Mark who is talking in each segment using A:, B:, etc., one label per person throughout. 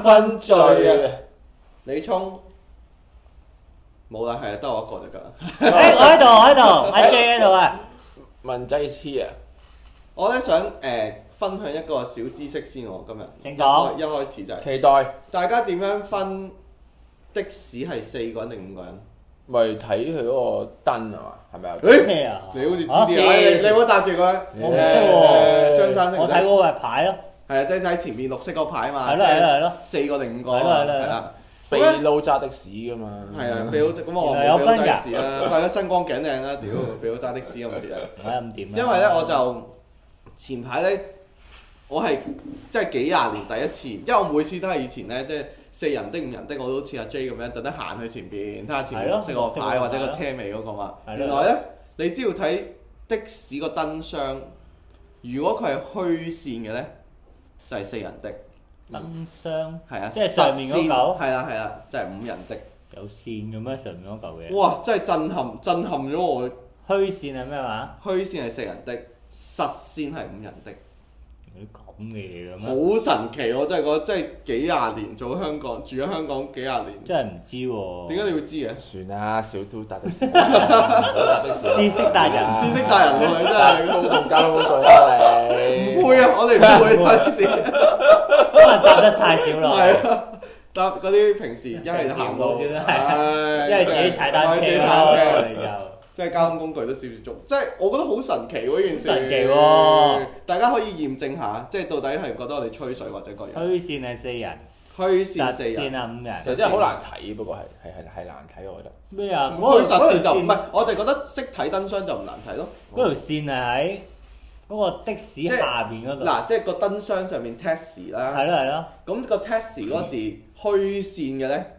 A: 分醉啊！
B: 李聰冇啦，係啊，得我一個就得啦。
C: 誒我喺度，我喺度，阿 J 喺度啊！
A: 文仔 is here，
B: 我咧想誒、呃分享一個小知識先喎，我今日
C: 請講
B: 一開一開始就係、
A: 期待
B: 大家點樣分的士係四個人定五個人？
A: 咪睇佢嗰個燈啊嘛，係咪啊？
B: 誒
C: 咩啊
B: 你好似知
C: 啊
B: 啲啊！哎你你唔好答住佢。
A: 我唔
B: 誒
A: 識喎
B: 張生識唔
C: 我
B: 識
C: 睇嗰個係牌咯，
B: 係啊，即係睇前面綠色嗰牌嘛。
C: 係咯
B: 即係
C: 係咯係咯
B: 四個定五個
C: 係咯係
B: 啊。
C: 咯係咯
B: 係啦。
A: 秘
B: 咁咧
A: 魯揸的士噶嘛，嗯
B: 係啊，俾好咁我
C: 原來有
B: 冇俾好
C: 分
B: 的
C: 㗎
B: 士啦，為咗啊身光頸靚啦，屌俾好揸的士咁唔知啊。
C: 唔係咁點啊
B: 因為咧，我就前排咧，我係即係幾廿年第一次，因為我每次都係以前咧，即係四人的五人的，我都好似阿 J 咁樣，特登行去前邊睇下前面
C: 係咯
B: 綠色個
C: 綠色
B: 牌
C: 個
B: 或者個
C: 牌
B: 車尾嗰個嘛。
C: 係咯
B: 原來咧，你只要睇的士個燈箱，如果佢係虛線嘅咧，就係四人的，
C: 燈箱
B: 係啊，
C: 即係上面嗰
B: 實
C: 嚿
B: 線係啦係啦，就係五人的。
C: 有線嘅咩？上面嗰嚿嘢，
B: 哇！真係震撼震撼咗我，
C: 虛線係咩話？
B: 虛線係四人的，實線係五人的。
C: 有啲咁嘅嘢嘅
B: 好
C: 咩？
B: 神奇！我真係覺得，真係幾廿年做香港，住喺香港幾廿年，
C: 真係唔知喎。
B: 點解你會知嘅？
A: 算啦，少都搭的士，嗯搭的士
C: 知識達人
B: 知識大人喎，你真
A: 搭
B: 係
A: 公共交通工具啦你，
B: 唔配啊！我哋唔配嗰陣時，
C: 可能答得太少啦。
B: 係啊，搭嗰啲平 時一係行路，
C: 平時冇少啦
B: 唉
C: 因為自己踩單
B: 自己
C: 車
B: 踩
C: 哦咯，我
B: 單
C: 哋
B: 車
C: 就
B: 即係交通工具都少接觸，即係我覺得好神奇喎呢件事。
C: 好神奇喎！
B: 大家可以驗證下，即係到底係覺得我哋吹水或者各樣
C: 虛線係四人，
B: 虛
C: 實
B: 線
C: 啊
B: 四
C: 線
B: 人。
C: 係五人。
A: 其實真係好難睇，不過係係係係難睇，我覺得。
C: 咩啊？嗰
B: 虛
C: 條
B: 實線
C: 嗰條
B: 就
C: 線
B: 唔係，我就覺得識睇燈箱就唔難睇咯。
C: 嗰條線係喺嗰個的士下邊嗰度。
B: 嗱，即係個燈箱上面 test
C: 係
B: 啦，
C: 咯係咯，
B: 咁個 test 嗰個字虛線嘅咧，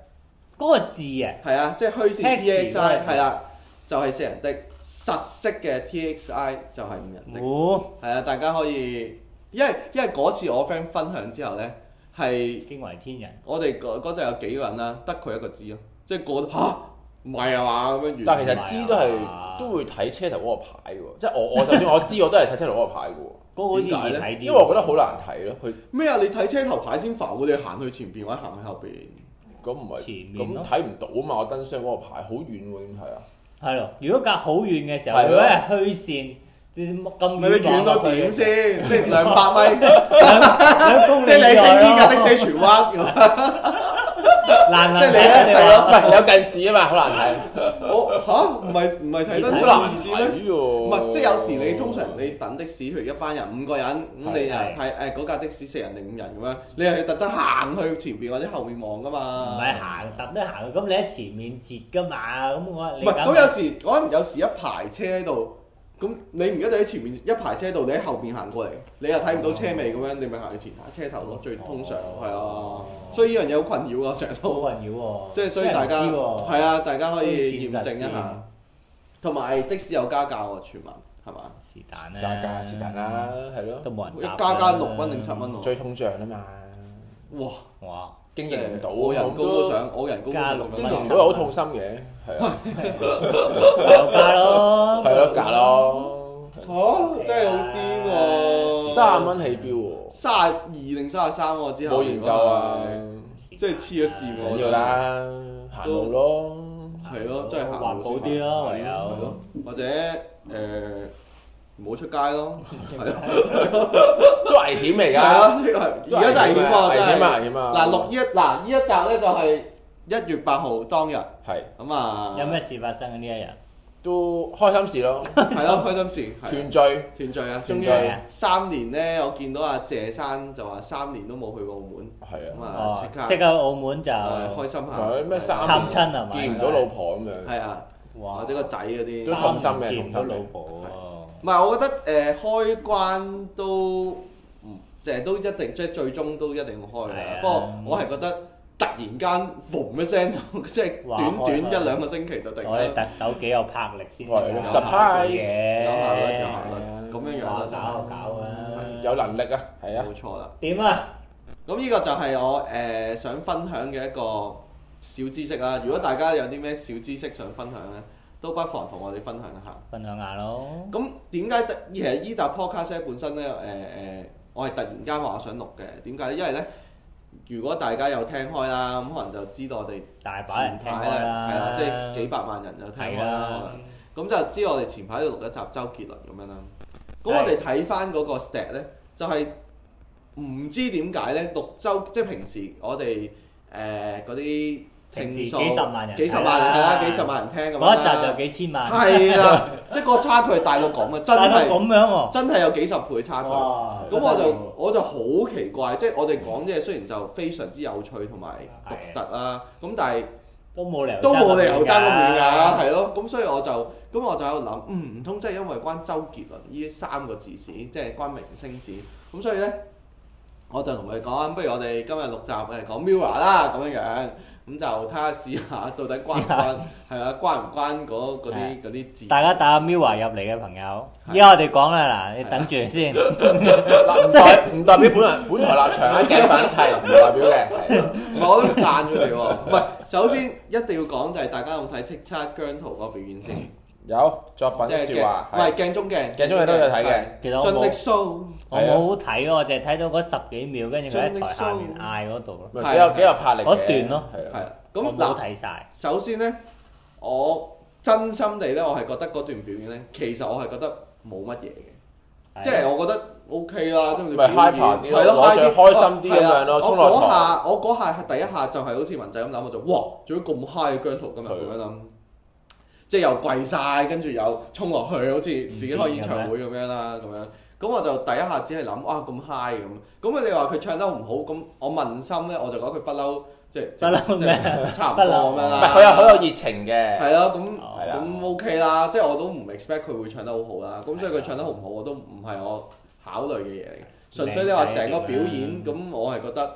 C: 嗰個字啊，
B: 係啊，即係虛線
C: Test
B: TXI 係啦，就係四人的，實色嘅 TXI 就係五人的，
C: 哦，
B: 係啊，大家可以，因為因為嗰次我 friend 分享之後咧，係
C: 驚為天人。
B: 我哋嗰嗰陣有幾個人啦，得佢一個知咯，即係個個都 嚇唔係啊嘛咁樣
A: 但
B: 完
A: 係
B: 全，
A: 其實知都係都會睇車頭嗰個牌嘅喎，即係我 我就算我知我都係睇車頭嗰個牌嘅喎，
C: 嗰個好似易
B: 點解呢
C: 睇啲，
A: 因為我覺得好難睇咯。佢
B: 咩啊？你睇車頭牌先煩，你行去前邊或者行去後邊，
A: 咁唔係
C: 前面咯
A: 咁睇唔到啊嘛，我燈箱嗰個牌好遠喎，點睇啊？
C: 係咯。如果隔好遠嘅時候，
A: 係咯
C: 如果係虛線，你咁
B: 唔啊係你
C: 遠
B: 遠到
C: 望落去
B: 點？先？即係兩百 米。
C: 兩兩公
B: 即
C: 里
B: 係你
C: 以
B: 清
C: 內
B: 煙架的
C: 咯，
B: 士荃灣咁，即係你一定
C: 難難睇啊！你
A: 唔
C: 話
A: 係有近視啊嘛，好難睇，
B: 我吓，唔係唔係睇得出
A: 好哦難
B: 易啲咩？
A: 睇喎。
B: 唔
A: 唔
B: 係，即係有時你通常你等的士，譬如一班人五個人，咁你
A: 係
B: 又
C: 係
B: 睇誒嗰架的士四人定五人咁樣，你又要特登行去前邊或者後面望噶嘛？
C: 唔係啊行揼都行，咁你喺前面截噶嘛？咁我
B: 唔
C: 你
B: 係
C: 梗
B: 咁有時可能有時一排車喺度，咁你唔一定喺前面一排車喺度，你喺後邊行過嚟，你又睇唔到車尾咁樣，你咪行去前排車頭咯，最通常係啊
C: 哦。
B: 所以呢樣嘢好困擾啊，成日
C: 好
B: 都。
C: 困擾喎。
B: 即係所以大家
C: 真係唔知喎
B: 係啊，大家可以驗
C: 都
B: 證
C: 線
B: 一
C: 實
B: 下。同埋的士有加價喎，傳聞係嘛？
C: 是但啦，
A: 價格是但，啦，係
C: 都
A: 咯，
C: 冇人答啦
B: 加加六蚊定七蚊喎。
A: 追通脹啊嘛，
B: 哇！
C: 哇！
A: 經營唔到，
B: 我人工都，想，我人工都
C: 加
B: 想
C: 六
B: 咁
A: 經
C: 蚊
A: 營
B: 樣
A: 唔到好痛心嘅，係啊，
C: 有價咯，
A: 係咯，價。咯，
B: 嚇！真係好癲喎！
A: 三十蚊起標喎。
B: 三十二定三十三喎，之後
A: 冇研究啊，
B: 即係黐咗線喎
A: 緊要啦，啊行路咯，
B: 係咯，真係行
C: 環保啲咯唯有
B: 係咯，或者誒唔好出街咯，係咯。
A: 都危險
B: 係
A: 嚟㗎。
B: 啊，而家就危險喎，
A: 危
B: 真係
A: 險啊，危險啊！
B: 嗱，六一嗱呢一集咧就係一月八號當日
A: 係
B: 咁啊，
C: 有咩事發生嘅呢一日？
A: 都開心事咯，
B: 係咯，開心事係
A: 團聚係
B: 團聚啊！終
A: 團聚
B: 於三年咧，我見到阿謝生就話三年都冇去過澳門，咁
A: 啊，
B: 啊
C: 哦
B: 即刻，
C: 即刻澳門就
B: 誒開心
A: 仲有
B: 下
A: 咩三
C: 探
A: 年
C: 親係嘛
A: 見唔到老婆咁樣，
B: 係啊，
C: 哇
B: 或者個仔嗰
A: 都
B: 啲，
A: 痛心嘅
C: 見唔到
A: 痛心嘅
C: 老婆
B: 唔係我覺得誒開關都唔誒都一定即係最終都一定會開
C: 係
B: 㗎
C: 啊。
B: 不過我係覺得突然間嘣一聲， 即係
C: 哇
B: 短短
C: 開啦
B: 一兩個星期就突
C: 喎，
B: 然
C: 我
B: 間
C: 哋。特首幾有魄力先，
A: 係咯
C: 有
A: surprise，
B: 有效率，有效
C: 嘅，
B: 率，咁樣樣
C: 搞
B: 啦，
C: 搞就搞啊，
A: 有能力啊，係啊，
B: 冇錯啦。
C: 點啊？
B: 咁呢個就係我誒想分享嘅一個小知識啦。如果大家有啲咩小知識想分享咧，都不妨同我哋分享一下。
C: 分享下咯，
B: 咁點解突其呃實依集 podcast 咧本身咧誒誒，我係突然間話我想錄嘅，點解咧？因為咧如果大家有聽開啦，咁可能就知道我哋
C: 大把人
B: 前
C: 聽
B: 排
C: 開
B: 咧
C: 啦，
B: 係啦，即係幾百萬人有聽
C: 係
B: 開
C: 啦
B: 啦。，可能咁就知道我哋前排喺度錄一集周杰倫咁樣啦。咁我哋睇翻嗰個 stat 咧，就係唔知點解咧，錄周即係平時我哋誒嗰啲
C: 平時
B: 聽數
C: 幾十萬人
B: 幾十萬人係
C: 睇啦
B: 啦，幾十萬人聽咁樣啦
C: 嗰一集就幾千萬，
B: 係啦，即係個差距係大到咁嘅，真
C: 大到哦
B: 係
C: 咁樣
B: 真係有幾十倍差距。
C: 喎，哇！
B: 咁我就我就好奇怪，即係我哋講啲嘢雖然就非常之有趣同埋獨特啦，咁但係
C: 都冇理由
B: 都冇理由爭咁遠㗎，
C: 㗎，
B: 係咯。咁所以我就咁我就喺度諗，嗯，唔通真係因為關周杰倫呢三個字事，即係關明星事，咁所以咧我就同佢講，不如我哋今日六集誒講 Mirror 啦，咁樣樣。咁就睇下試下到底關唔關 係啊？關唔關嗰嗰啲嗰啲字？
C: 大家打 Miwa 入嚟嘅朋友，
B: 係
C: 依家我哋講啦嗱，你等住先，
A: 嗱唔代唔代表本人本台立場啊，鏡粉 係唔代表嘅，係啊
B: 唔係，我都要讚佢哋喎。唔係，首先一定要講就係大家有冇睇叱咤姜濤個表演先，
A: 有作品
B: 即係
A: 説話
B: 鏡唔係鏡中鏡，
A: 鏡中鏡都有睇嘅
C: 其
B: 係
C: 實我
B: 盡力
C: 冇
B: show，
C: 我
B: 啊
C: 冇好睇喎，我淨係睇到嗰十幾秒，跟住佢喺台下面嗌嗰度咯，
A: 咪幾有幾有魄力嘅
C: 嗰段咯
A: 係
B: 係
A: 啊
B: 啦。
C: 我
B: 咁
C: 冇
B: 嗱，
C: 睇晒。
B: 首先咧，我真心地咧，我係覺得嗰段表演咧，其實我係覺得冇乜嘢嘅，即係我覺得 OK 啦，都
A: 哦咪 hyper 啲咯攞獎
B: high
A: 開心啲咁樣咯
B: 哦係啊
A: 衝落
B: 我
A: 台
B: 嗰下，我嗰下係第一下就係好似文仔咁諗，我就哇，做咗咁 high 嘅姜濤今日咁樣諗。即係又跪晒，跟住又衝落去，好似
A: 嗯
B: 自己開演唱會咁樣啦，咁樣。咁我就第一下只係諗，哇咁 high 咁。咁啊，你話佢唱得唔好，咁我問心咧，我就覺得佢不嬲，即係
C: 不嬲
B: 即
C: 咩
B: 係差唔多咁樣
A: 唔
B: 啦。
A: 係佢有好有熱情嘅，
B: 係咯，
C: 係
A: 哦啦
B: 咁咁 OK 啦，即係我都唔 expect 佢會唱得好好啦。
A: 啊
B: 咁所以佢唱得好唔好，我都唔係我考慮嘅嘢嚟嘅。純粹你話成個表演，
C: 靚仔
B: 咁我係覺得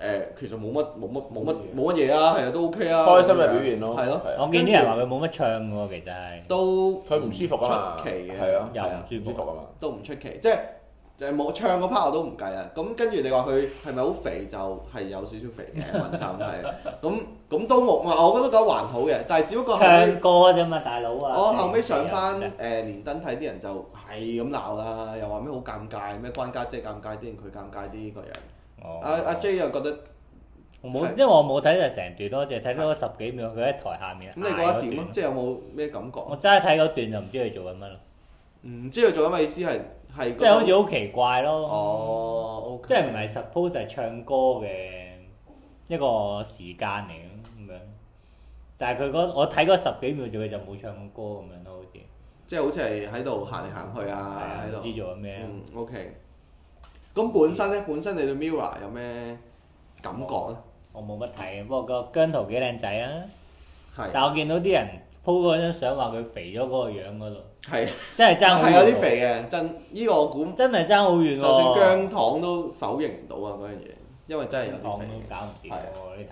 B: 誒，其實冇乜冇乜冇乜冇乜嘢啊，係啊，都 OK 啊。
A: 開心嘅表現咯，
B: 係咯，
A: 係啊
C: 我見啲人話佢冇乜唱喎，其實係。
B: 都
A: 佢唔舒服啊嘛，
B: 出奇嘅
A: 係啊，
C: 又
B: 係啊
C: 唔
A: 唔舒
C: 舒服
A: 服。啊嘛，
B: 都唔出奇，即係就係冇唱嗰 part 我都唔計啦。咁跟住你話佢係咪好肥就係有少少肥嘅，雲杉係。咁咁都冇，唔係我覺得覺得還好嘅，但係只不過後尾
C: 唱歌啫嘛，大佬啊！
B: 我後尾上翻誒連登睇啲人就係咁鬧啦，又話咩好尷尬，咩關家姐尷尬啲定佢尷尬啲個樣。
C: 哦
B: 阿阿 J 又覺得咁
C: 我冇，因為我冇睇就成段咯，淨係睇到嗰十幾秒佢喺台下面。
B: 你覺得點啊？？即係有冇咩感覺？
C: 我齋睇嗰段就唔知佢做緊乜咯，
B: 唔知佢做緊嘅意思係係
C: 即係好
B: 嗰種
C: 似好奇怪咯，
B: 哦，OK，
C: 即係唔係 suppose 係唱歌嘅一個時間嚟咁樣。但係佢嗰我睇嗰十幾秒佢就冇唱過歌咁樣咯，好似
B: 即係好似係喺度行嚟行去
C: 係
B: 啊
C: 啊，
B: 喺
C: 唔
B: 度
C: 知。做緊咩啊。
B: 嗯，OK。咁本身咧，本身你對 Mirror 有咩感覺咧？
C: 我冇乜睇，不過個姜圖幾靚仔啊！
B: 係
C: 但我見到啲人 po 嗰張相話佢肥咗嗰個樣嗰度，
B: 係
C: 真係爭好
B: 係
C: 遠
B: 有
C: 喎
B: 啲，肥嘅，真呢個我估，
C: 真係爭好遠
B: 就
C: 喎。
B: 算姜糖都否認唔到啊嗰樣嘢，因為真係有啊啲
C: 糖
B: 肥
C: 都
B: 嘅。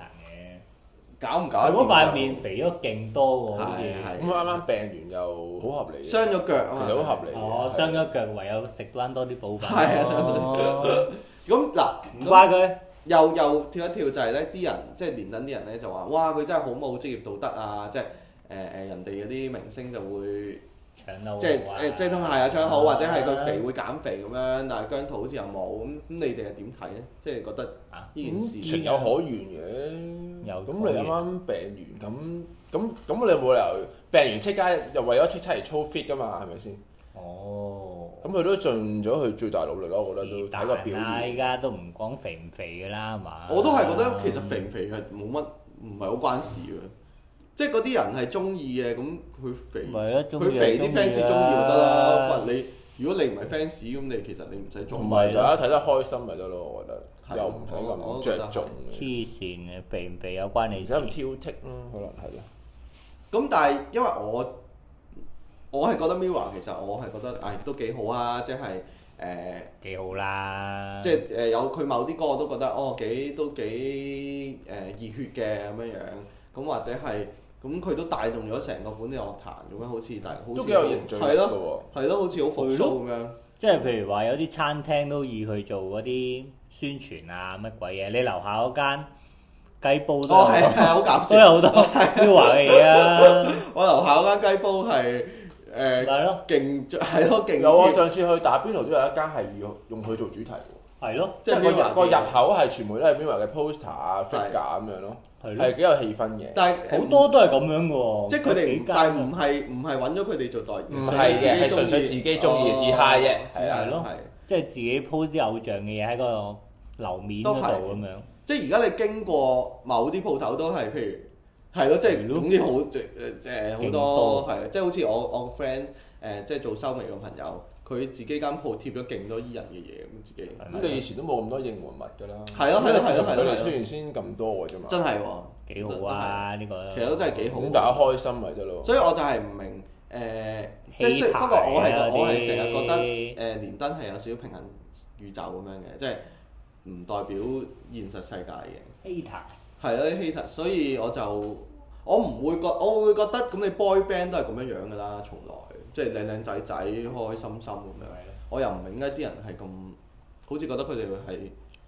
C: 搞
B: 搞
C: 唔掂喎呢壇
B: 唔搞得掂㗎？
C: 嘢。佢嗰塊面肥咗勁多喎，好似
B: 係係
A: 咁啱啱病完又好合理嘅，
B: 傷咗腳啊
A: 其實
B: 嘛。
A: 好合理嘅，啊
C: 哦，傷咗腳，唯有食翻多啲補品。
B: 係啊
C: 哦
B: 咁嗱，
C: 唔怪佢。
B: 又又跳一跳就係咧，啲人即係連登啲人咧就話：哇，佢真係好冇職業道德啊！即係誒誒，人哋嗰啲明星就會。
C: 長到
B: 即係誒，即係通係有張好，或者係佢肥會減肥咁樣，但係姜濤好似又冇咁，咁你哋係點睇咧？即係覺得
C: 啊
B: 呢件
A: 咁
B: 事
A: 情有可原嘅，
C: 有
A: 咁你啱啱病完咁咁咁你冇理由病完出街又為咗出差嚟操 fit 噶嘛，係咪先？
C: 哦，
A: 咁佢都盡咗佢最大努力咯，我覺得都睇個表
C: 是但啦依
A: 現。
C: 家都唔講肥唔肥㗎啦，係嘛？
B: 我都係覺得其實肥唔肥係冇乜唔係好關事嘅，即係嗰啲人係中意嘅，咁佢肥
C: 咪咯中意就
B: 佢肥啲
C: 中意
B: fans
C: 啦
B: 中意就得啦。喂，你如果你唔係 fans 咁，你其實你唔使
A: 同
B: 中意。
A: 埋大家睇得開心咪得咯，我覺
B: 啊係啊
A: 得又唔使
B: 我
A: 咁
B: 我都覺得
A: 着
B: 係
A: 重嘅，
C: 黐線嘅，肥唔肥有關
A: 而
C: 你
A: 且
C: 事
A: 唔？挑剔咯，可能係啊咯。
B: 咁但係因為我我係覺得 Mirror 其實我係覺得唉都幾好啊，即係誒。
C: 幾好啦。
B: 即係誒有佢某啲歌我都覺得哦幾都幾誒、熱血嘅咁樣樣，咁或者係咁佢都帶動咗成個本地樂壇咁樣，好似但係好似
A: 都幾有凝聚力
B: 係
A: 㗎
B: 咯
A: 喎。
B: 係咯，好似好復甦咁樣，
C: 即係譬如話有啲餐廳都以佢做嗰啲宣傳啊乜鬼嘢，你樓下嗰間雞煲都
B: 哦係
C: 有
B: 係好搞
C: 都有
B: 笑，
C: 好多標華嘅嘢啊，
B: 我樓下嗰間雞煲係誒
C: 係咯，
B: 勁係咯勁
A: 有啊，
B: 貼
A: 上次去打邊爐都有一間係要用佢做主題喎，
C: 係咯，
A: 即係個入個
B: Mirror 嘅
A: 入口係全部都係 Mirror 嘅 poster 啊、
B: 係
A: figure 咁樣咯，
C: 係咯
A: 係，幾有氣氛嘅。
B: 但係嗯
C: 好多都係咁樣嘅喎。
B: 即係佢哋
C: 幾
B: 唔，
C: 間啊
B: 但係唔係唔係揾咗佢哋做代言，
A: 唔係嘅
B: 純粹自己
A: 係純粹自己中意
B: 鍾
A: 自嗨啫
B: 哦自
A: 係
B: 嗨
C: 係咯
B: 係。
C: 即係自己 po 啲偶像嘅嘢喺個樓面嗰度咁樣。
B: 即係而家你經過某啲鋪頭都係，譬如係咯，即係
C: 係咯
B: 總之好誒誒好
C: 勁
B: 多
C: 多
B: 係，啊即係好似我我個 friend 誒即係做收尾嘅朋友，佢自己間鋪貼咗勁多伊人嘅嘢咁自己，
C: 係
A: 咁你以前都冇咁多應援物㗎啦，
B: 係咯係咯
A: 因為自從
B: 係咯係
A: 佢
B: 咯
A: 哋出現先咁多嘅啫嘛。
B: 真係喎，
C: 幾好啊！呢
B: 都
C: 個
B: 係！其實都真係幾好
A: 咁大家開心咪得咯。
B: 所以我就係唔明誒，即係
C: 氣
B: 雖
C: 牌
B: 不過我係
C: 啊
B: 我係成日覺得
C: 啲
B: 誒連登係有少少平行宇宙咁樣嘅，即係唔代表現實世界嘅。
C: haters
B: 係啊咯啲 hater，所以我就我唔會覺，我會覺得咁你 boy band 都係咁樣樣㗎啦，從來即係靚靚仔仔、開開心心咁樣。我又唔明點解啲人係咁，好似覺得佢哋會係，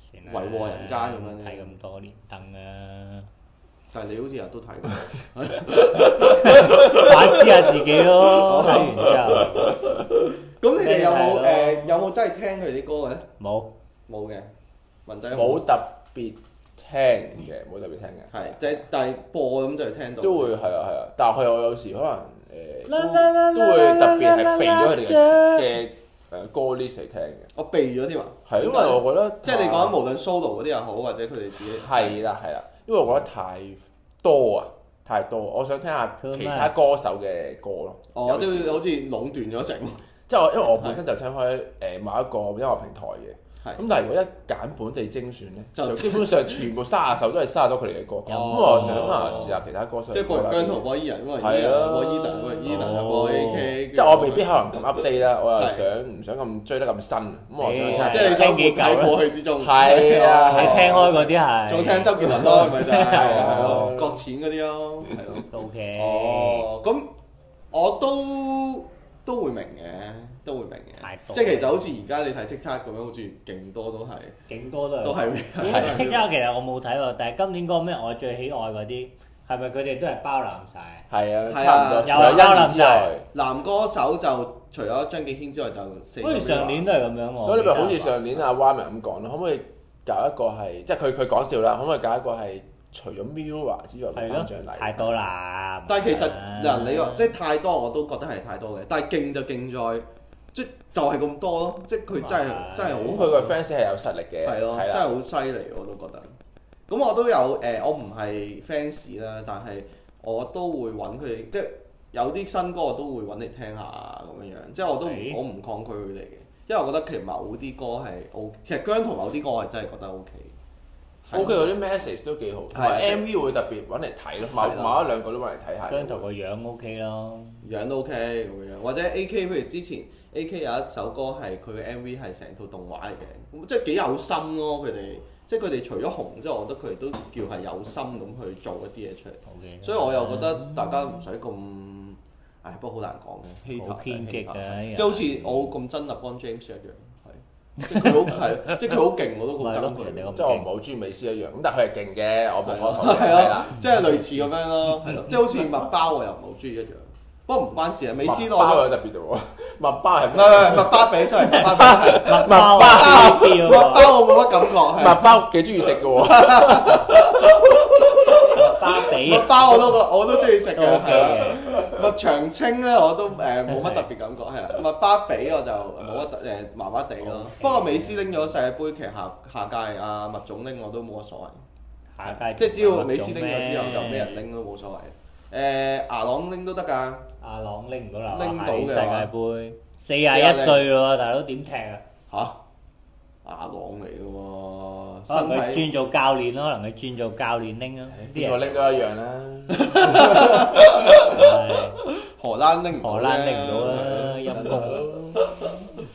C: 算啦
B: 為禍人家咁樣啫
C: 睇咁多連登啊，
B: 但係你好似日都睇過，
C: 反思下自己咯。睇完之後
B: 咁你哋有
C: 係
B: 冇
C: 咯
B: 誒有冇真係聽佢哋啲歌嘅咧？
C: 冇
B: 冇嘅，文仔有
A: 冇特別聽嘅，冇特別聽嘅。
B: 係，即係但係播咁就聽到。
A: 都會係啊係啊，但係我有時可能誒
C: 啦啦啦啦
A: 都都會特別係避咗佢哋
C: 啦啦啦
A: 嘅嘅誒歌 list 嚟聽嘅，
B: 我避咗添啊！
A: 係因為我覺得
B: 即係你講
A: 冇
B: 無論 solo 嗰啲又好，或者佢哋自己
A: 啊係啦係啦，因為我覺得太多啊太多，我想聽下其他歌手嘅歌咯。
B: 哦，
A: 有
B: 即
A: 時
B: 係好似壟斷咗成
A: 即係我因為我本身就聽開誒某一個音樂平台嘅。
B: 係
A: 咁但係如果一揀本地精選咧，
B: 就哦
A: 就基本上全部卅首都係卅咗佢哋嘅歌。咁
C: 有
A: 我想啊試下其他歌手
B: 即係
A: 嘅
B: 播
A: 歌啦。
B: 完姜濤，播 E 人，播 E
A: 係
B: 人，
A: 啊
B: 播 E 等，播 E 等，
C: 哦
B: 播 A K，
A: 即係我未必可能咁 update 啦，我又
B: 係哦
A: 想唔想咁追得咁新，咁我
C: 係
A: 想
C: 啊
B: 即
A: 聽
B: 係你想
C: 聽
B: 活
C: 幾嚿
B: 喺
C: 啊
B: 過去之中。哦
A: 係啊
C: 你聽開嗰啲係
B: 仲聽周杰倫咯，係 咪就係
A: 係啊
B: 係咯？國錢嗰啲咯，係咯。
C: 都 OK。
B: 哦，咁我都都會明嘅，都會明
C: 太
B: 嘅。
C: 多
B: 即係其實好似而家你睇叱咤咁樣，好似勁多都係
C: 勁多都係。
B: 都係
C: 咁即刻其實我冇睇喎，但係今年嗰個咩我最喜愛嗰啲，係咪佢哋都係包攬晒？
A: 係
B: 係啊
A: 啊，差唔多。
C: 有啊
A: 除咗一年之外，
B: 男歌手就除咗張敬軒之外就四個
C: 好似
B: Mirror
C: 上年都係咁樣喎。
A: 所以你咪好似上年阿 Y 咪咁講咯，可唔可以搞一個係即係佢佢講笑啦，可唔可以搞一個係除咗 Mirror 之外嘅
C: 係
A: 頒
C: 咯
A: 獎，禮？
C: 太多啦。
B: 但係其實
C: 啊
B: 嗱，你話即係太多，我都覺得係太多嘅。但係勁就勁在，即就係咁多咯。即係佢真係
C: 係
B: 真係
A: 咁佢
B: 好，
A: 個 fans 係有實力嘅，
B: 係咯，
A: 係
B: 真係
A: 啦，
B: 好犀利，我都覺得。咁我都有誒、我唔係 fans 啦，但係我都會揾佢哋，即係有啲新歌我都會揾嚟聽下咁樣樣。即係我都唔
C: 係
B: 我唔抗拒佢哋嘅，因為我覺得其實某啲歌係 O，其實姜濤某啲歌我係真係覺得 O K。
A: OK 嗰啲 message 都幾好，同埋
B: 係
A: MV 會特別揾嚟睇咯，某
B: 係咯
A: 某一兩個都揾嚟睇下。
C: 姜濤個樣 OK 咯，
B: 樣都 OK 咁樣，或者 A.K. 譬如之前 A.K. 有一首歌係佢嘅 M.V. 係成套動畫嚟嘅，咁即係幾有心咯佢哋，即係佢哋除咗紅之外，我覺得佢哋都叫係有心咁去做一啲嘢出嚟，
C: OK。
B: 所以我又覺得大家唔使咁，唉不過好難講嘅，希
C: 好偏激嘅
B: 即係好似我咁憎立邦 James 一樣，係，即係 佢好係，即係佢好勁我都好憎
C: 咪係咯人哋
B: 佢
C: 咁。
A: 即係我唔係好中意美斯一樣，咁但係佢係勁嘅，我冇可否認
B: 係
A: 係
B: 啊
A: 啦。，
B: 即係類似咁樣咯，係咯，即係好似麥包我又唔係好中意一樣，不過唔關事啊，美斯
A: 麥
B: 我
A: 包
B: 都
A: 有特別嘅喎， 麥包係
B: 唔係唔係，麥巴比出嚟，麥巴比係
C: 麥包啊標
B: 麥
C: 喎，
B: 巴我冇乜感覺係，
A: 麥包幾中意食嘅喎，
C: 麥包比
B: 麥巴我都覺我都中意食嘅，
C: 都 OK
B: 係啊。
C: 嘅。
B: 麥長青咧我都誒冇乜特別感覺係啦，麥巴比我就冇乜特誒麻麻地咯
C: OK。
B: 不過美斯拎咗世界盃，其實下下屆阿麥總拎我都冇乜所
C: 下一
B: 謂，
C: 屆
B: 即係只要美斯拎咗之後就咩人拎都冇所謂。誒牙朗拎都得㗎，
C: 阿朗拎唔到啦，
B: 拎
C: 拎
B: 到
C: 到
B: 嘅
C: 世界
B: 話
C: 盃四廿一歲咯，大佬點踢啊？
B: 吓？牙朗嚟嘅
C: 可
B: 喎，
C: 能啊佢
B: 身體
C: 轉做教練咯，可能佢轉做教練拎啊。
A: 邊個拎都一樣啦。
C: 係
B: 荷蘭拎唔到
C: 荷
B: 咧
C: 蘭拎唔到啦，陰公啊，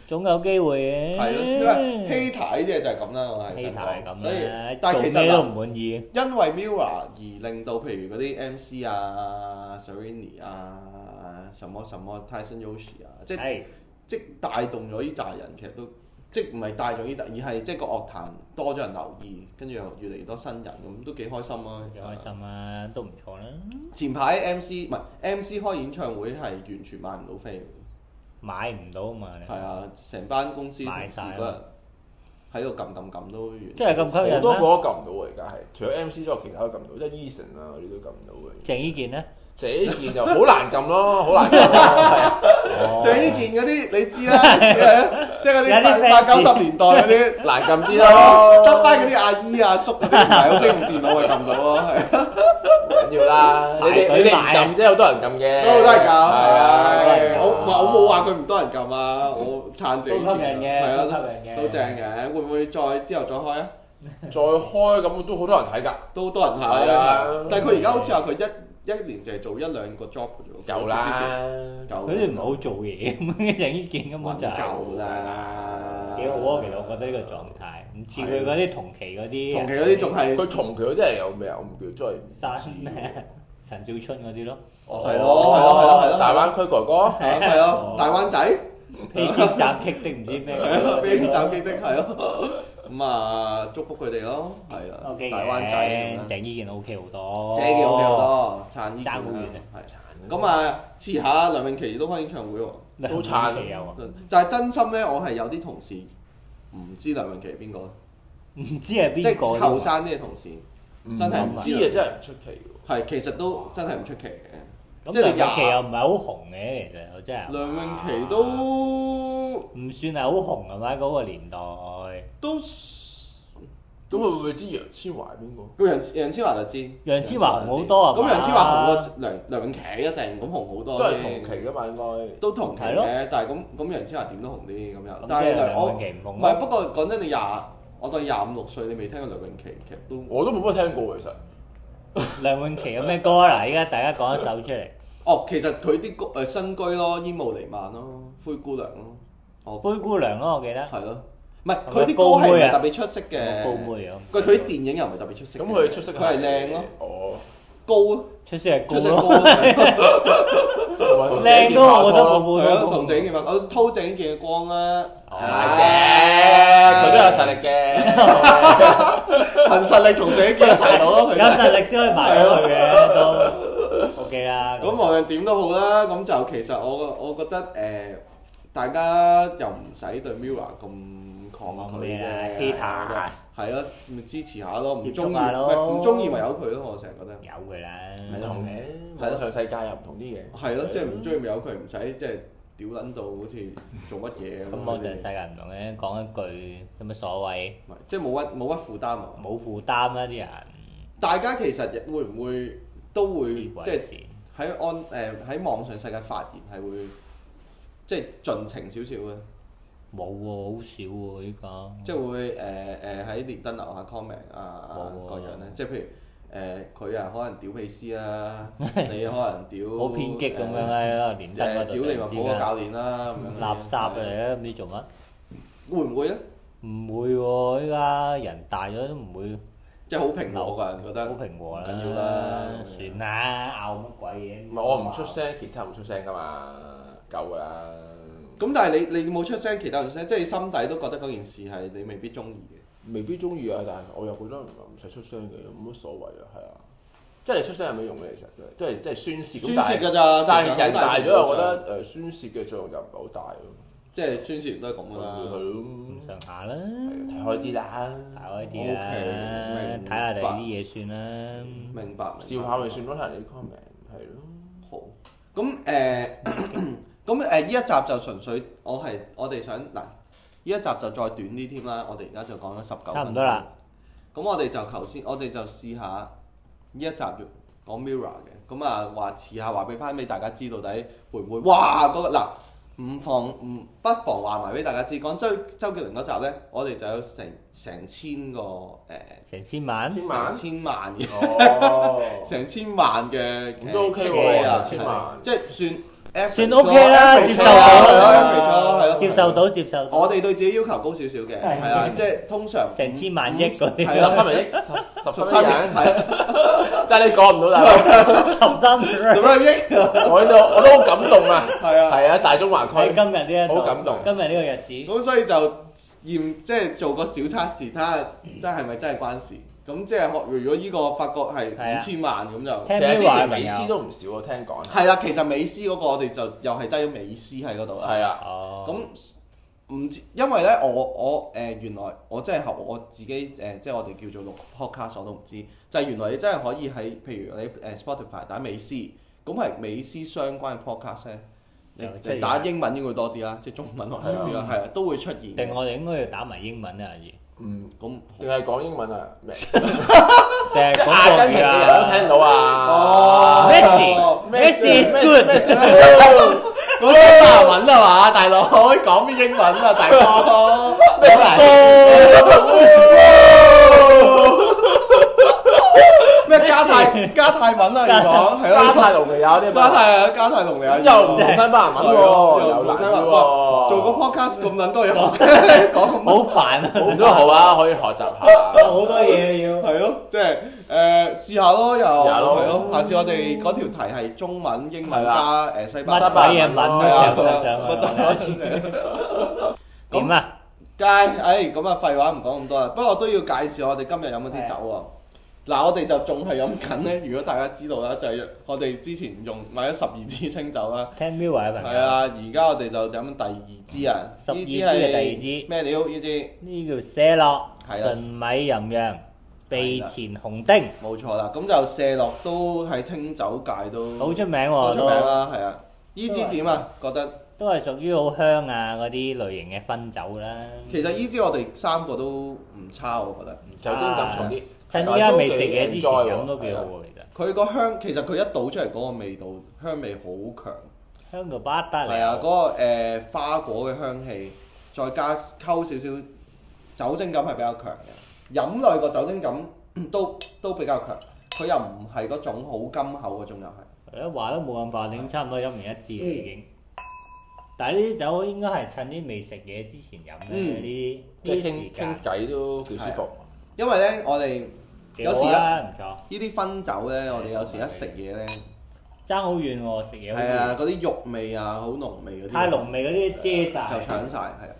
C: 總有機會
B: 係咯，因為
C: 嘅。
B: 希塔呢啲嘢就係咁啦，我係
C: 希
B: 想
C: 太係
B: 講。
C: 咁
B: 所以
C: 啦，
B: 但係
C: 做
B: 其
C: 咩都唔
B: 實
C: 滿意。
B: 因為 Mirror 而令到譬如嗰啲 MC 啊、Serrini 啊、什麼什麼 Tyson Yoshi 啊，即
C: 係
B: 即帶動咗呢扎人，其實都即唔係帶動呢扎，而係即個樂壇多咗人留意，跟住又越嚟越多新人，咁都幾開心啊！
C: 幾開心啊，都唔錯啦。
B: 前排 MC 唔係 MC 開演唱會係完全買唔到飛嘅。
C: 買唔到嘛，你
B: 係啊，成班公司同
C: 賣
B: 事
C: 晒
B: 嗰日喺度撳撳撳都完。
C: 真係咁吸引咩？
A: 好多個都撳唔到喎，而家係除咗 MC 之外，其他都撳唔到，即係 Eason 啊嗰啲都撳唔到嘅。
C: 鄭伊健咧，
A: 鄭伊健就好難撳咯，好難撳咯，係啊，
B: 鄭伊健嗰啲你 知啦，即係嗰
C: 哦有啲
B: 啲
C: fans
B: 八九十年代嗰啲。
A: 難撳啲咯，
B: 得翻嗰啲阿姨阿叔嗰啲唔係好識用電腦咪撳到咯， 係
A: 唔緊要啦。你哋你哋唔撳啫，好多人撳嘅，
B: 都都係咁，
A: 係啊，
B: 係我唔係我冇話佢唔多人撳啊，我撐自
C: 都
B: 己，
C: 吸引嘅，
B: 係
C: 都
B: 啊，
C: 吸引嘅，
B: 都正嘅，會唔會再之後再開啊？
A: 再開咁都好多人睇㗎，
B: 都多人
A: 係啊
B: 睇，但係佢而家好似話佢一一年就係做一兩個 job 嘅啫喎，
A: 有啦，咁
B: 夠，
C: 佢哋唔係好做 嘢咁樣，鄭伊健根本就係
B: 夠啦，
C: 幾好啊！其實我覺得呢個狀態唔似佢嗰啲同期嗰啲
B: 同期嗰啲仲係
A: 佢同佢嗰啲係有咩啊？我唔記得真係唔知
C: 山咩陳少春嗰啲咯，
B: 哦係咯係咯係咯係咯，
A: 大灣區哥哥。
B: 係係咯，大灣仔。
C: 披荊斬棘的唔知咩
B: 係咯，俾啲
C: 斬
B: 斬擊的係 咯。咁啊，祝福佢哋咯，係啦
C: O，K
B: 大灣仔咁樣，
C: 鄭伊健 O K 好多，
B: 正嘅好多，撐依件
C: 爭好遠啊
B: 啦，係。咁啊，遲下梁詠琪都開演唱會喎，
C: 兩
A: 都撐
C: 期有啊，
B: 但係真心咧，我係有啲同事唔知梁詠琪係邊個，
C: 唔知係
B: 即
C: 邊個
B: 係
C: 添啊
B: 後生啲嘅同事，真
A: 真
B: 係
A: 係
B: 唔
A: 唔
B: 知
A: 知
B: 啊
A: 啊，真係唔出奇喎。
B: 係其實都真係唔出奇嘅。
C: 哦咁
B: 即係
C: 梁
B: 你
C: 詠琪啊
B: 廿
C: 又唔係好紅嘅，其實我真係
B: 梁詠琪都
C: 唔算係好紅係咪？嗰個年代
B: 都
A: 咁會唔會知楊千嬅係邊個？
B: 咁楊楊千嬅就知，
C: 楊千嬅紅好多啊
B: 咁
C: 嘛
B: 楊千嬅紅過梁梁詠琪一定，咁紅好多。
A: 都係同期噶嘛，應該。
B: 都同期
C: 係咯
B: 嘅，但係咁咁楊千嬅點都紅啲咁又
C: 咁，
B: 但
C: 即
B: 係
C: 係梁
B: 我
C: 詠琪唔紅
B: 唔
C: 咯
B: 係不過講真，你廿我當廿五六歲，你未聽過梁詠琪，其實都
A: 我都冇乜聽過其實。
C: 梁詠琪有咩歌啊嗱？依家大家講一首出嚟，
B: 哦，其實佢啲歌誒新居咯，煙霧瀰漫咯，灰姑娘咯，哦
C: 灰姑娘咯，我記得。
B: 係咯，唔係
C: 咪
B: 佢啲歌係
C: 高
B: 唔
C: 妹啊
B: 係特別出色嘅，
C: 高妹啊
B: 佢佢啲電影又唔係特別出色嘅，
A: 咁佢出色
B: 佢係靚咯，。
A: 哦。
B: 高咯，
C: 出色係
B: 出
C: 高
B: 色高
C: 咯，
B: 咯，
C: 靚都我覺得冇
B: 係咯，同
C: 冇
B: 鄭伊健拍，我偷鄭伊健嘅光啦，
A: 係嘅，啊
B: À.
A: 佢都有實 力嘅。
B: 憑實力同鄭伊健一齊到咯，佢
C: 有實力先可以埋到佢嘅都 OK 啦。
B: 咁無論點都好啦，咁就其實我我覺得誒、大家又唔使對 Mirror 咁抗拒
C: 咩啊
B: 嘅，
C: ，haters
B: 係咯，咪支持下咯，唔
C: 接觸
B: 中意
C: 下咯
B: 咪唔中意咪由佢咯，我成日覺得
C: 有嘅啦，
A: 唔同嘅，網上世界又唔同啲嘢。
B: 係咯，即係唔中意咪由佢，唔使即係屌撚到好似做乜嘢咁
C: 咁
B: 樣。
C: 網上世界唔同嘅，講一句有乜所謂？
B: 唔係即係冇乜冇乜負擔啊！
C: 冇負擔啦，啲人
B: 大家其實會唔會都會
C: 黐
B: 即係
C: 鬼線。
B: 喺安誒喺網上世界發言係會即係盡情少少嘅？
C: 冇喎，好少喎依家。
B: 即係會誒誒喺連登留下 comment 啊
C: 冇喎
B: 各樣咧，即係譬如誒佢啊可能屌美斯 啦，你可能屌
C: 好偏
B: à,
C: 激咁樣啦，連
B: 誒
C: 登嗰
B: 屌
C: 度
B: 利物浦
C: 突然之間
B: 個教練啦咁樣，
C: 垃圾啊嚟嘅，唔知做乜。
B: 會唔會咧？啊
C: 唔會喎，依家人大咗都唔會
B: 即係好平和個人覺得
C: 好平和啦，
B: 唔緊要啦
C: 算啦，拗乜鬼嘢？
A: 唔係我唔出，聲，其他人唔出聲噶嘛，夠㗎啦。
B: 咁但係你你冇出聲，其他人出聲，即係你心底都覺得嗰件事係你未必中意嘅。
A: 未必中意啊，但係我又覺得唔使出聲嘅，冇乜所謂啊，係啊。即係你出聲有咩用咧？其實即係即係宣泄。
B: 宣泄㗎咋，
A: 但
B: 其實好
A: 係人啊大
B: 程
A: 咗，
B: 度
A: 我覺
B: 上
A: 得誒宣泄嘅作用就唔係好大咯。
B: 即係宣泄完都係咁
A: 係
B: 㗎啦。
C: 咁
A: 咯，
C: 上下啦，
A: 睇開啲啦，
C: 大開啲啦
B: OK，，明
C: 睇
B: 白
C: 下第啲嘢算啦。
B: 明白，明
A: 笑
B: 白
A: 下咪算咯，睇人哋 comment 係咯。
B: 好，咁誒，咁 呃誒呢一集就純粹我係我哋想嗱，呢一集就再短啲添啦。我哋而家就講咗十九，
C: 差唔多啦。
B: 咁我哋就頭先，我哋就試下呢一集講 Mirror 嘅，咁啊話遲下話俾翻俾大家知，到底會唔會哇嗰、個嗱。唔妨唔不妨話埋俾大家知，講周周杰倫嗰集呢，我哋就有成成千個誒、
C: 成千萬，
A: 千萬
B: 成千萬嘅
C: Ờ.
A: 哦
B: 成千萬嘅
A: 咁都 OK
C: 喎
B: 啊
A: 成千萬
B: 即係算
C: 算
B: average
C: OK
B: 咯
C: 啦
B: ，average
C: 接
B: 咯
C: 受到
B: 係咯
A: 啦
B: ，average 咯係咯
C: 接受到接受到，
B: 我哋對自己要求高少少嘅，
C: 係
B: 係啦，即係通常嗯
C: 成千萬億嗰啲
B: 係啦，啊
A: 分明益十十
B: 十
A: 三
B: 三億
A: 人，
B: 係
A: 真係你講唔到大佬，
C: 十三
B: 十三億，
A: 我都我都好感動啊！
C: à.
B: 係啊，
A: 係啊，大中華
C: 喺
A: 區
C: 今日呢一度
A: 好感動
C: 今日呢個日子。
B: 咁所以就驗即係做個小測試，睇下真係咪真係關事。咁即係學，如果依個發覺係
C: 係啊
B: 五千萬咁就
A: 其
C: 聽
A: 實之
C: Mirror 嘅
A: 前
C: 朋
A: 美斯
C: 友，
A: 都唔少我聽講。
C: Ờ.
B: 係啦。其實美斯嗰個我哋就又係擠咗美斯喺嗰度啦。
A: 係啊，
C: 哦，
B: 咁唔知，因為咧，我我誒、呃原來我真係後我自己誒、呃即係我哋叫做錄 podcast 我都唔知，就係、原來你真係可以喺譬如你誒、呃 Spotify 打美斯，咁係美斯相關嘅 podcast 咧，你
C: 有出
B: 你
C: 現
B: 打英文應該會多啲啦，即係中文或者少啲啦，係啊，都會出現
C: 定
B: 嘅。
C: 我哋應該要打埋英文啊， 而定
A: 嗯，
B: 咁
A: 定係講英文啊？咩
C: 係
A: 即係
C: 講
A: 阿
C: 國
A: 根廷
C: 語
A: 嘅人都
C: 啊
A: 聽到啊！
C: Ờ.
B: 哦
C: Messi- à. Messi is good
B: 我講法文啊嘛，大佬講咩英文啊，大哥？
C: 咩
B: 咩加泰加泰文啊？要講係
A: 加
B: 咯，
A: 泰隆尼亞啲
B: 加
A: 嘛，
B: 泰啊，加泰隆嚟啊，
A: 咁又唔同西班牙文喎，又難啲喎，
B: 做個 podcast 咁撚多嘢學， 講咁
C: 好
B: 多
C: 煩啊！
A: 咁都好啊，可以學習下。
C: 好多嘢要。
B: 係咯，即係誒試下咯，又
A: 試下咯
B: 係咯，下次我哋嗰條題係中文、英文
A: 係
B: 加
A: 啦
B: 誒西班牙
C: 乜
A: 乜
C: 鬼
A: 鬼
B: 文，
A: 嘢
C: 嘢
A: 文
C: 文
A: 都
B: 係啊
C: 都上
A: 上
B: 係啊，乜
C: 得上
B: 大嚟？
C: 點啊？
B: 街，唉，咁啊廢話唔講咁多啦。不過都要介紹我哋今日飲嗰啲酒喎。嗱，我哋就仲係飲緊咧。 如果大家知道啦，就係、我哋之前用買咗十二支清酒啦。
C: 聽 m i 嘅朋
B: 係
C: 友，
B: 啊，而家我哋就飲第二支啊。
C: 12
B: 呢
C: 支係
B: 係
C: 第二支
B: 咩料？呢支
C: 呢叫寫落
B: 係啦
C: 純米吟釀，鼻前紅丁，
B: 冇錯啦。咁就射落都喺清酒界都
C: 好出名啊
B: 好出
C: 喎，
B: 名
C: 都
B: 啦，係啊。呢支點啊？覺得
C: 都係屬於好香啊嗰啲類型嘅分酒啦。
B: 其實呢支我哋三個都唔差，我覺得。
A: 酒精感重啲，啊
C: 趁依家未食嘢之前飲都幾好喎，其實
B: 佢個香其實佢一倒出嚟嗰個味道香味好強。
C: 香到不得
B: 係啊，嗰、
C: 了。
B: 個、呃、花果嘅香氣，再加溝少少酒精感係比較強嘅。飲類個酒精感 都都比較強，佢又唔係嗰種好甘口嗰種又係。
C: 係咯，話都冇咁快，已經差唔多飲完一
B: 嗯
C: 支啦已經。但係呢啲酒應該係趁啲未食嘢之前飲咧，
B: 嗯
C: 呢
A: 即
C: 啲呢啲
A: 係
C: 時
A: 傾
C: 間
A: 傾偈都幾舒服。
B: 因為咧，我哋呢
C: 幾好啊，唔錯。
B: 啲分酒咧，我哋有時一食嘢咧，
C: 爭好遠喎，食嘢好
B: 係啊，
C: 遠。
B: 嗰啲肉味啊，好濃味嗰啲，
C: 太濃味嗰啲遮
B: 就
C: 晒。
B: 搶晒，係啊，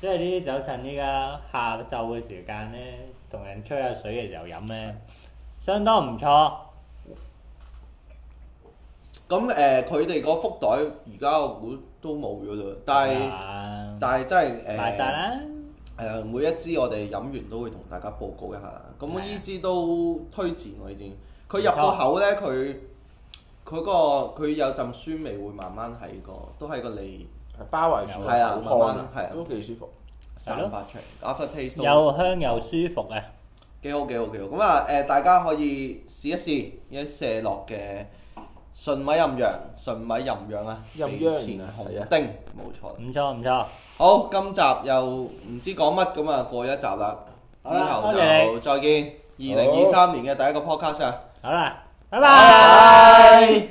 C: 即係呢啲酒趁依家下晝嘅時間咧，同人吹下水嘅時候飲咧，相當唔錯。
B: 咁誒，佢哋個福袋而家我估都冇咗啦，但係
C: 係
B: 但係真係誒。
C: 啊賣晒啦，
B: 誒、每一支我哋飲完都會同大家報告一下啦。咁
C: 係啊
B: 呢支都推薦我已經，佢入
C: 唔錯
B: 到口咧，佢佢個佢有陣酸味會慢慢喺個都喺個脷
A: 包圍住個
B: 係啊
A: 口
B: 慢
A: 腔
B: 慢係啊
A: 都幾舒服。
C: 係咯
B: 散
C: 啊
B: 發出嚟，after taste 都
C: 又香又舒服啊！
B: 幾好幾好幾好。咁啊誒，大家可以試一試呢啲射落嘅純米吟釀，純米吟釀啊，
A: 吟釀
B: 肥前
A: 啊
B: 紅
A: 係啊
B: 丁冇錯啦。
C: 唔錯唔錯，
B: 好，今集又唔知講乜咁啊，過一集啦，之
C: 好啦
B: 後
C: 多謝
B: 就再見。二零二三年嘅第一個 podcast 啊！
C: 好啦，拜
B: 拜
C: 拜。
B: 拜。